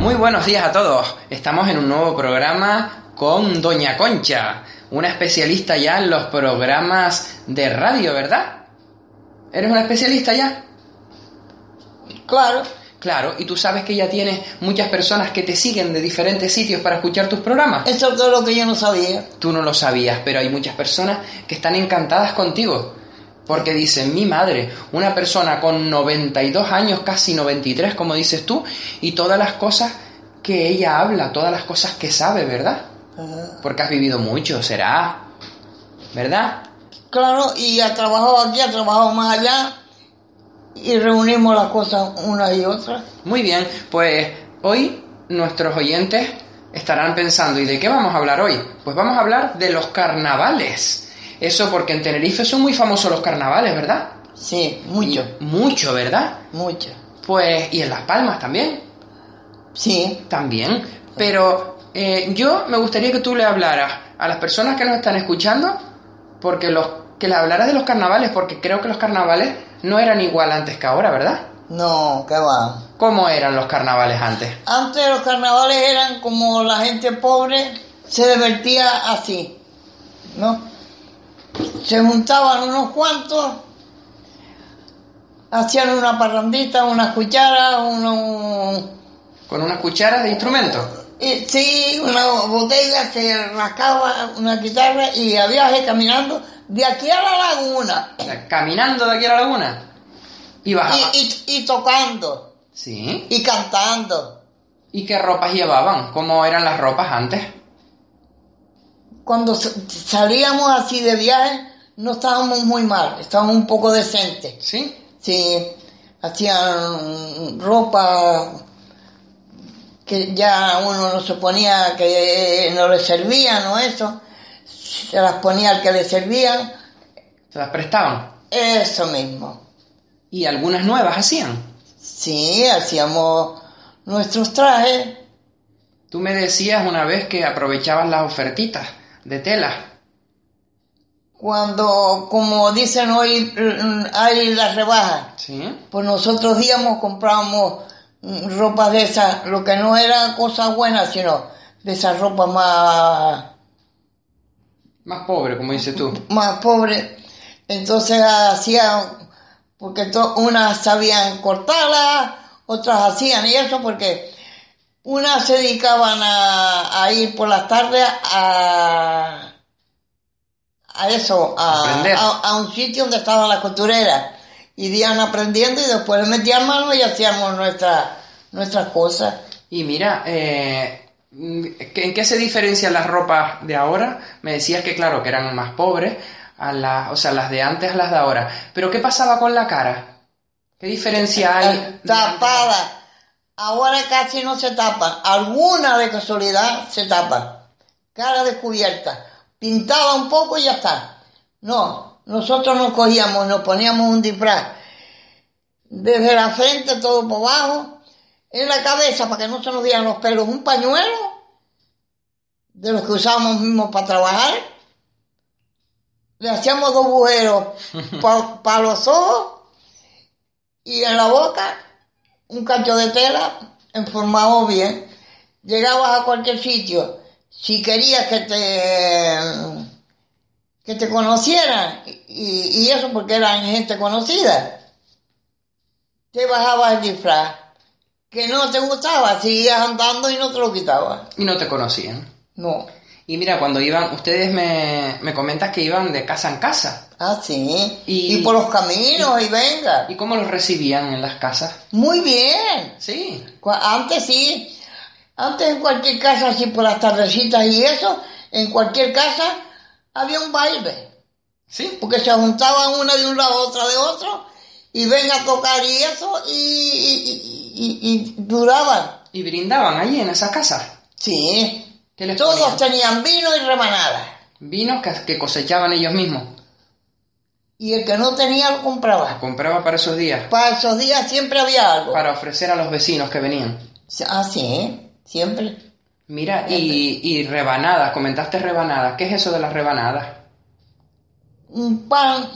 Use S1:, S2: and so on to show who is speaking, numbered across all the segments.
S1: Muy buenos días a todos. Estamos en un nuevo programa con Doña Concha, una especialista ya en los programas de radio, ¿verdad? ¿Eres una especialista ya?
S2: Claro,
S1: Claro, y tú sabes que ya tienes muchas personas que te siguen de diferentes sitios para escuchar tus programas.
S2: eso es todo lo que yo no sabía.
S1: Tú no lo sabías, pero hay muchas personas que están encantadas contigo. Porque dicen, mi madre, una persona con 92 años, casi 93, como dices tú, y todas las cosas que ella habla, todas las cosas que sabe, ¿verdad?
S2: Ajá.
S1: Porque has vivido mucho, será. ¿Verdad?
S2: Claro, y ha trabajado aquí, ha trabajado más allá y reunimos las cosas una y otra.
S1: Muy bien, pues hoy nuestros oyentes estarán pensando, ¿y de qué vamos a hablar hoy? Pues vamos a hablar de los carnavales. Eso porque en Tenerife son muy famosos los carnavales, ¿verdad?
S2: Sí, mucho,
S1: Y mucho, ¿verdad?
S2: mucho.
S1: Pues, y en Las Palmas también.
S2: Sí,
S1: También. Pero eh, yo me gustaría que tú le hablaras a las personas que nos están escuchando, porque los, que les hablaras de los carnavales, porque creo que los carnavales no eran igual antes que ahora, ¿verdad?
S2: no, qué va.
S1: ¿Cómo eran los carnavales antes?
S2: Antes los carnavales eran como la gente pobre se divertía así, ¿no? Se juntaban unos cuantos, hacían una parrandita, unas cucharas, unos...
S1: Con unas cucharas de instrumento.
S2: Eh, Sí, una botella se rascaba una guitarra y a viaje caminando de aquí a la laguna
S1: O sea, caminando de aquí a la laguna. Y bajaban.
S2: y, y- y tocando
S1: Sí.
S2: y cantando.
S1: ¿Y qué ropas llevaban? ¿Cómo eran las ropas antes?
S2: Cuando s- salíamos así de viaje no estábamos muy mal, estábamos un poco decentes.
S1: Sí.
S2: Sí, hacían ropa que ya uno no se ponía, que eh, no le servían o eso, se las ponía al que le servían,
S1: Se las prestaban.
S2: eso mismo.
S1: Y algunas nuevas hacían.
S2: Sí, hacíamos nuestros trajes.
S1: Tú me decías una vez que aprovechabas las ofertitas de tela.
S2: Cuando, como dicen hoy, mm, hay las rebajas.
S1: Sí.
S2: Pues nosotros íbamos, comprábamos mm, ropa de esas, lo que no era cosa buena, sino de esas ropas más,
S1: Más pobre, como dices tú.
S2: más pobres. Entonces hacían, porque to- unas sabían cortarlas, otras hacían y eso porque unas se dedicaban a, a ir por las tardes a, a eso, a,
S1: Aprender.
S2: a- a un sitio donde estaban las costureras. Irían aprendiendo y después le metían mano y hacíamos nuestras nuestras cosas.
S1: Y mira, eh, ¿en qué se diferencian las ropas de ahora? Me decías que claro, que eran más pobres, a las, o sea, las de antes a las de ahora. Pero ¿qué pasaba con la cara? ¿Qué diferencia hay? de antes a-
S2: eh, tapada. Ahora casi no se tapa. Alguna de casualidad se tapa. Cara descubierta. Pintaba un poco y ya está. No, nosotros nos cogíamos, nos poníamos un disfraz. Desde la frente todo por abajo. En la cabeza para que no se nos dieran los pelos. Un pañuelo. De los que usábamos mismos para trabajar. Le hacíamos dos bujeros para los ojos y en la boca un cacho de tela enformado bien. Llegabas a cualquier sitio, si querías que te que te conocieran y, y eso porque eran gente conocida. Te bajabas el disfraz que no te gustaba, seguías andando y no te lo quitabas.
S1: Y no te conocían.
S2: No,
S1: Y mira, cuando iban, ustedes me, me comentas que iban de casa en casa.
S2: así.
S1: Y-
S2: Y, por los caminos y venga.
S1: ¿Y cómo los recibían en las casas?
S2: Muy bien.
S1: Sí.
S2: Cua- Antes sí, antes en cualquier casa, así por las tardecitas y eso, en cualquier casa había un baile,
S1: Sí.
S2: porque se juntaban una de un lado, otra de otro, y ven a tocar y eso, y, y, y- y- y duraban.
S1: Y brindaban allí en esas casas.
S2: Sí,
S1: ¿Qué les
S2: todos
S1: ponían?
S2: tenían vino y remanadas,
S1: Vinos que, que cosechaban ellos mismos.
S2: y el que no tenía lo compraba.
S1: Compraba para esos días.
S2: Para esos días siempre había algo.
S1: Para ofrecer a los vecinos que venían.
S2: Así, siempre.
S1: Mira, y, y rebanadas, comentaste rebanadas. ¿Qué es eso de las rebanadas?
S2: Un pan,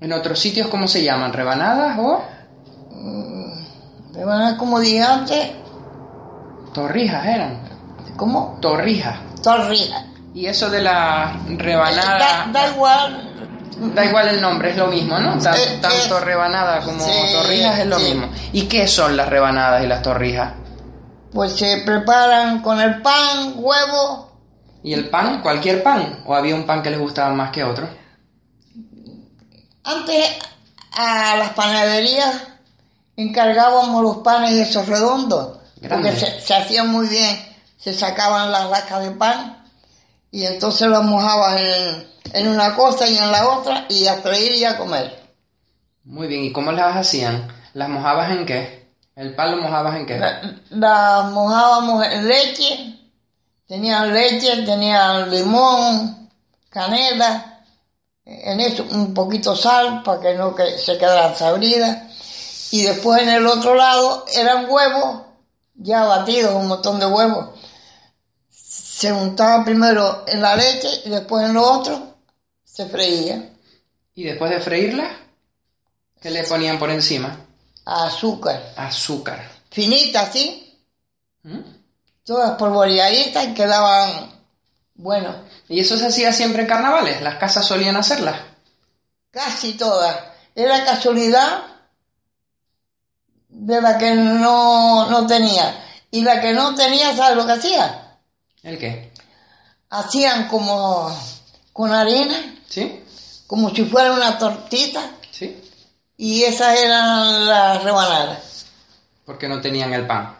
S1: En otros sitios, ¿cómo se llaman? ¿Rebanadas o...?
S2: Mm, remanadas como dije antes,
S1: Torrijas eran.
S2: ¿Cómo?
S1: Torrijas.
S2: Torrijas.
S1: Y eso de la rebanada.
S2: Da, da igual.
S1: Da igual el nombre, es lo mismo, ¿no? Tan-
S2: Eh, eh.
S1: tanto rebanada como
S2: Sí,
S1: torrijas es lo
S2: sí.
S1: mismo. ¿Y qué son las rebanadas y las torrijas?
S2: Pues se preparan con el pan, huevo,
S1: ¿Y el pan? ¿Cualquier pan? ¿O había un pan que les gustaba más que otro?
S2: Antes a las panaderías encargábamos los panes esos redondos,
S1: Grandes.
S2: porque se, se hacían muy bien, se sacaban las lascas de pan y entonces los mojabas en, en una cosa y en la otra y a freír y a comer.
S1: Muy bien, ¿y cómo las hacían? ¿Las mojabas en qué? ¿El pan lo mojabas en qué?
S2: La- Las mojábamos en leche, tenían leche, tenían limón, canela, en eso un poquito sal para que no que se quedaran sabridas. Y después en el otro lado eran huevos, ya batidos, un montón de huevos. Se untaba primero en la leche y después en lo otro se freía.
S1: ¿Y después de freírlas? ¿Qué le ponían por encima?
S2: Azúcar,
S1: Azúcar.
S2: finita, ¿sí?
S1: ¿Mm?
S2: todas polvoreaditas y quedaban, bueno,
S1: ¿Y eso se hacía siempre en carnavales? ¿Las casas solían hacerlas?
S2: casi todas. Era casualidad de la que no, no tenía. Y la que no tenía, ¿sabes lo que hacía?
S1: ¿El qué?
S2: Hacían como con harina,
S1: ¿Sí?
S2: como si fuera una tortita,
S1: ¿Sí?
S2: y esas eran las rebanadas.
S1: Porque no tenían el pan.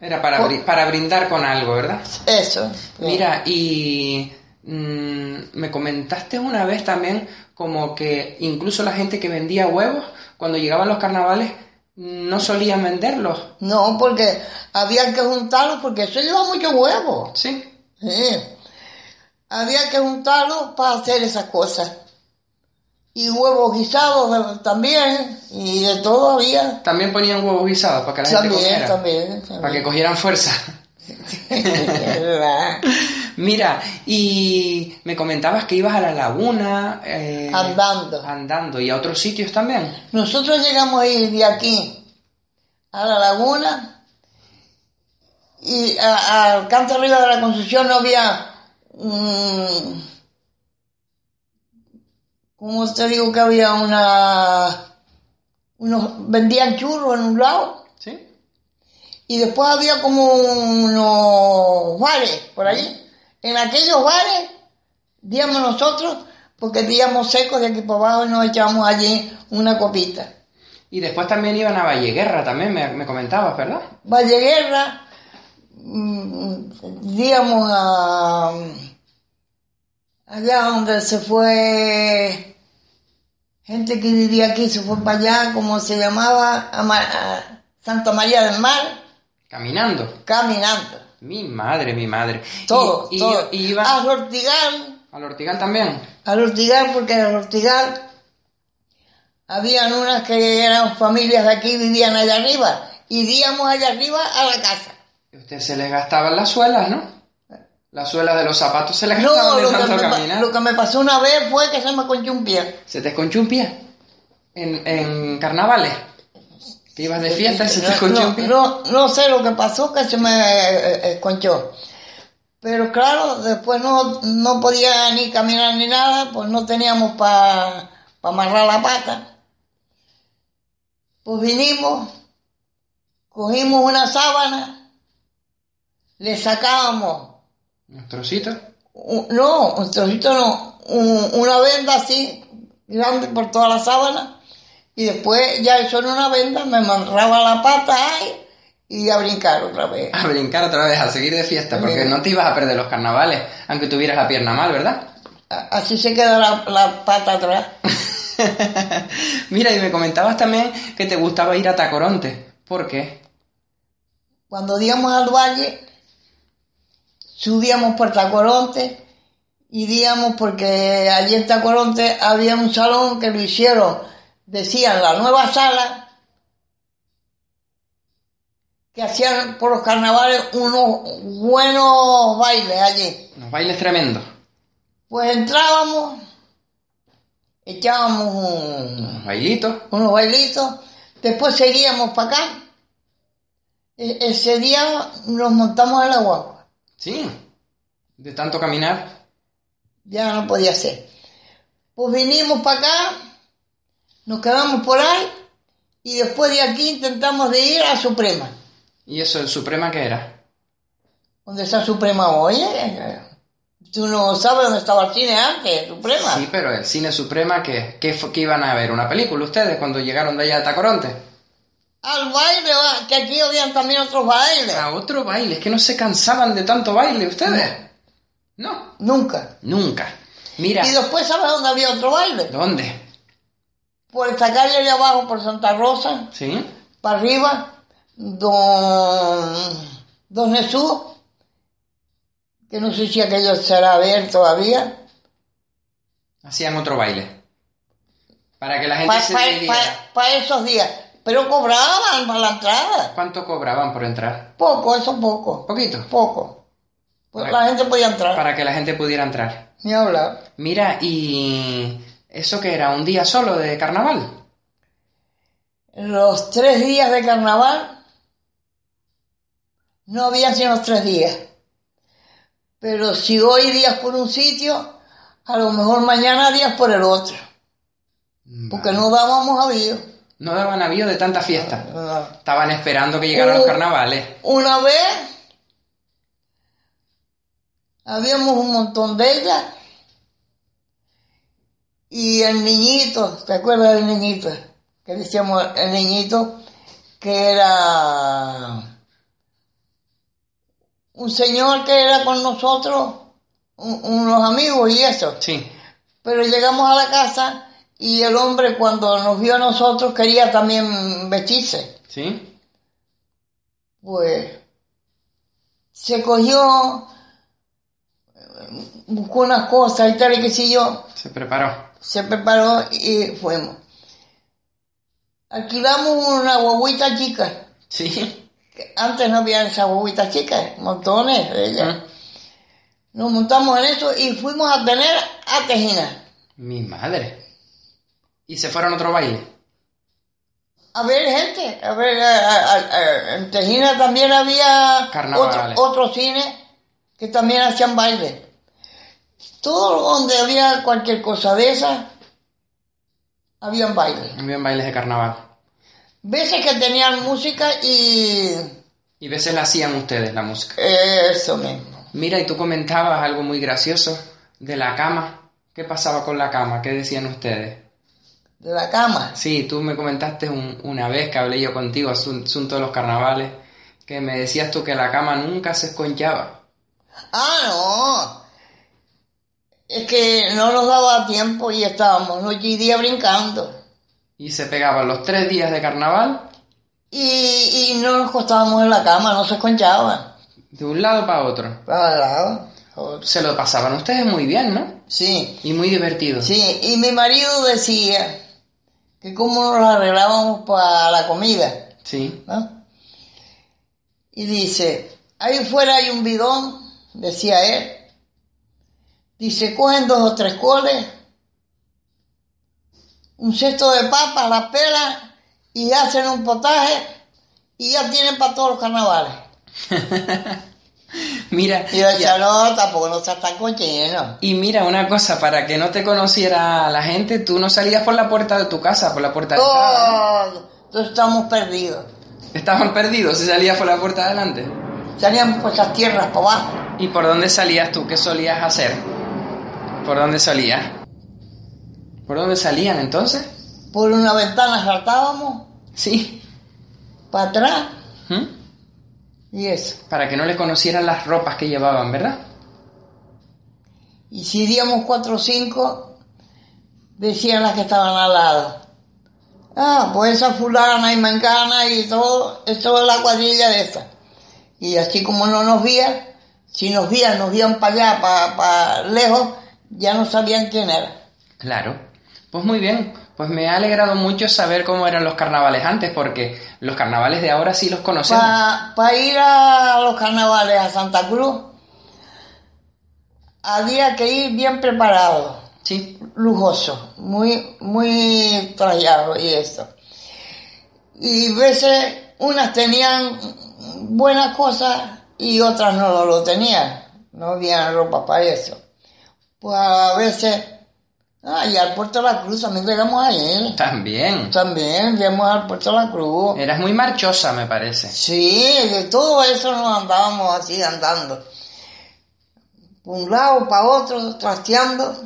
S1: Era para,
S2: Oh.
S1: bri- para brindar con algo, ¿verdad?
S2: Eso.
S1: Mira, y mm, me comentaste una vez también como que incluso la gente que vendía huevos, cuando llegaban los carnavales, no solían venderlos,
S2: No, porque había que juntarlos, porque eso lleva mucho huevo.
S1: ¿sí?
S2: Sí. Eh, Había que juntarlo para hacer esas cosas. Y huevos guisados eh, también, y de todo había.
S1: También ponían huevos guisados para que la gente
S2: También,
S1: comiera,
S2: también.
S1: para que
S2: también.
S1: cogieran fuerza.
S2: ¿Verdad?
S1: Mira, y me comentabas que ibas a la laguna, eh,
S2: Andando.
S1: andando y a otros sitios también.
S2: Nosotros llegamos a ir de aquí a la laguna y a- a- al canto arriba de la construcción no había. mm, ¿Cómo te digo que había una. Unos, vendían churros en un lado
S1: ¿Sí?
S2: y después había como unos bares por allí. En aquellos bares, digamos nosotros, porque digamos secos de aquí para abajo y nos echábamos allí una copita.
S1: Y después también iban a Valleguerra, también me, me comentabas, ¿verdad?
S2: Valleguerra, mm, digamos, a, allá donde se fue gente que vivía aquí, se fue para allá, como se llamaba, a Ma- a Santa María del Mar,
S1: Caminando.
S2: caminando,
S1: Mi madre, mi madre. Y-
S2: todo,
S1: y,
S2: todo. Ah.
S1: y iban
S2: Al Ortigal,
S1: al Ortigal también.
S2: al Ortigal, porque al Ortigal habían unas que eran familias de aquí, vivían allá arriba, y íbamos allá arriba a la casa.
S1: Y Usted se les gastaban las suelas, ¿no? Las suelas de los zapatos se les gastaban
S2: No,
S1: de
S2: lo que,
S1: tanto
S2: me, pa-
S1: caminar.
S2: lo que me pasó una vez fue que se me conchó un pie.
S1: Se te esconchó un pie. En, en carnavales. Te ibas de fiesta y se te esconchó
S2: no,
S1: un pie.
S2: no, no sé lo que pasó, que se me eh, eh, conchó. Pero claro, después no, no podía ni caminar ni nada, pues no teníamos para amarrar la pata. Pues vinimos, cogimos una sábana, le sacábamos
S1: Unos trocitos.
S2: un- no, un trocito no, un- una venda así, grande por toda la sábana, y después ya eso en una venda, me amarraba la pata ahí y a brincar otra vez.
S1: A brincar otra vez, a seguir de fiesta, porque
S2: Bien.
S1: no te ibas a perder los carnavales, aunque tuvieras la pierna mal, ¿verdad?
S2: A- Así se queda la, la pata atrás.
S1: Mira, y me comentabas también que te gustaba ir a Tacoronte. ¿Por qué?
S2: Cuando íbamos al valle, subíamos por Tacoronte, iríamos porque allí en Tacoronte había un salón que lo hicieron, decían la nueva sala, que hacían por los carnavales unos buenos bailes allí.
S1: Unos bailes tremendos.
S2: Pues entrábamos, echábamos un,
S1: Unos bailitos.
S2: unos bailitos, después seguíamos para acá E- Ese día nos montamos en la guagua.
S1: Sí. De tanto caminar.
S2: Ya no podía ser. Pues vinimos para acá, nos quedamos por ahí y después de aquí intentamos de ir a Suprema.
S1: ¿Y eso, el Suprema qué era?
S2: ¿Dónde está Suprema hoy? eh? Tú no sabes dónde estaba el cine antes, Suprema.
S1: Sí, pero el cine Suprema, ¿qué, qué, fue- qué iban a ver? ¿Una película ustedes cuando llegaron de allá a Tacoronte?
S2: Al baile, va, que aquí habían también otros bailes.
S1: A otro baile, es que no se cansaban de tanto baile ustedes. No,
S2: Nunca.
S1: nunca. Mira,
S2: Y después, ¿sabes dónde había otro baile?
S1: ¿dónde?
S2: Por esta calle allá abajo, por Santa Rosa,
S1: ¿Sí?
S2: para arriba, don, don Jesús, que no sé si aquello será ver todavía.
S1: Hacían otro baile. Para que la gente
S2: Para
S1: se dividiera.
S2: esos días. Pero cobraban para la entrada.
S1: ¿Cuánto cobraban por entrar?
S2: Poco, eso poco.
S1: Poquito.
S2: Poco. Pues la gente podía entrar.
S1: Para que la gente pudiera entrar.
S2: Ni hablar.
S1: Mira, y eso que era un día solo de carnaval.
S2: Los tres días de carnaval no había sino tres días. Pero si hoy días por un sitio, a lo mejor mañana días por el otro. Porque no dábamos aviso.
S1: No daban avío de tanta fiesta. Estaban esperando que llegaran los
S2: Uh.
S1: carnavales.
S2: Una vez habíamos un montón de ellas y el niñito, ¿te acuerdas del niñito? Que decíamos el niñito que era un señor que era con nosotros, un- unos amigos y eso.
S1: Sí.
S2: Pero llegamos a la casa y el hombre cuando nos vio a nosotros quería también vestirse
S1: ¿Sí?
S2: pues se cogió, eh, buscó unas cosas y tal y qué sé yo,
S1: Se preparó.
S2: se preparó y fuimos. Alquilamos una guaguita chica,
S1: Sí.
S2: que antes no había esas guaguitas chicas, montones de ellas.
S1: Ah,
S2: Nos montamos en eso y fuimos a tener a Tejina,
S1: Mi madre. Y se fueron a otro baile.
S2: a ver gente, a ver, a- a- a- en Tejina también había otro,
S1: Carnavales.
S2: otro cine que también hacían baile. Todo donde había cualquier cosa de esas, habían baile.
S1: Muy bien bailes de carnaval.
S2: Veces que tenían música y eh,
S1: Y veces la hacían ustedes la música.
S2: eso mismo.
S1: Mira, y tú comentabas algo muy gracioso de la cama. ¿Qué pasaba con la cama? ¿Qué decían ustedes?
S2: De la cama.
S1: Sí, tú me comentaste un- una vez que hablé yo contigo, asun- asunto de los carnavales, que me decías tú que la cama nunca se esconchaba.
S2: Ah, no. Es que no nos daba tiempo y estábamos noche y día brincando.
S1: Y se pegaban los tres días de carnaval
S2: Y, y no nos acostábamos en la cama, no se esconchaba.
S1: de un lado para otro.
S2: Para el lado, otro.
S1: Se lo pasaban ustedes muy bien, ¿no?
S2: Sí,
S1: Y muy divertido.
S2: sí. Y mi marido decía que cómo nos arreglábamos para la comida,
S1: Sí,
S2: ¿no? Y dice, ahí fuera hay un bidón, decía él. Dice, cogen dos o tres coles, un cesto de papas, las pelas, y hacen un potaje, y ya tienen para todos los carnavales.
S1: Mira,
S2: Y yo decía, no, tampoco no seas tan cochino.
S1: y mira una cosa, para que no te conociera la gente, tú no salías por la puerta de tu casa, por la puerta de
S2: Oh,
S1: entrada,
S2: Todos, todos estamos perdidos.
S1: ¿no? Estaban perdidos si salías por la puerta de adelante.
S2: Salíamos por esas tierras para abajo.
S1: ¿Y por dónde salías tú? ¿Qué solías hacer? ¿Por dónde salías? ¿Por dónde salían entonces?
S2: Por una ventana saltábamos,
S1: Sí.
S2: para atrás,
S1: ¿Mm?
S2: y eso.
S1: Para que no le conocieran las ropas que llevaban, ¿verdad?
S2: Y si íbamos cuatro o cinco, decían las que estaban al lado. Ah, pues esa fulana y mancana y todo, esto es la cuadrilla de esta. Y así como no nos vían, si nos vían, nos vían para allá, para, para lejos, ya no sabían quién era.
S1: Claro. Pues muy bien. Pues me ha alegrado mucho saber cómo eran los carnavales antes, porque los carnavales de ahora sí los conocemos.
S2: Para ir a los carnavales a Santa Cruz había que ir bien preparado,
S1: Sí.
S2: lujoso, muy, muy trallado y esto. Y veces unas tenían buenas cosas y otras no lo tenían. No había ropa para eso. Pues a veces, ah, y al Puerto de la Cruz también llegamos ahí.
S1: También.
S2: También llegamos al Puerto de la Cruz.
S1: Eras muy marchosa, me parece.
S2: Sí, de todo eso nos andábamos así andando. Por un lado, para otro, trasteando,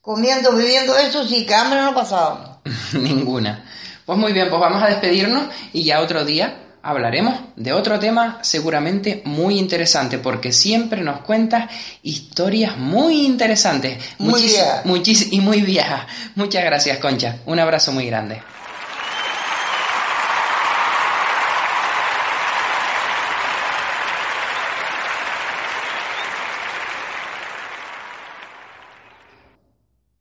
S2: comiendo, viviendo, eso sí, que hambre no pasábamos.
S1: Ninguna. Pues muy bien, pues vamos a despedirnos y ya otro día hablaremos de otro tema seguramente muy interesante, porque siempre nos cuentas historias muy interesantes
S2: Muy
S1: Muchis-
S2: viejas.
S1: muchis- y muy viejas. Muchas gracias, Concha. Un abrazo muy grande.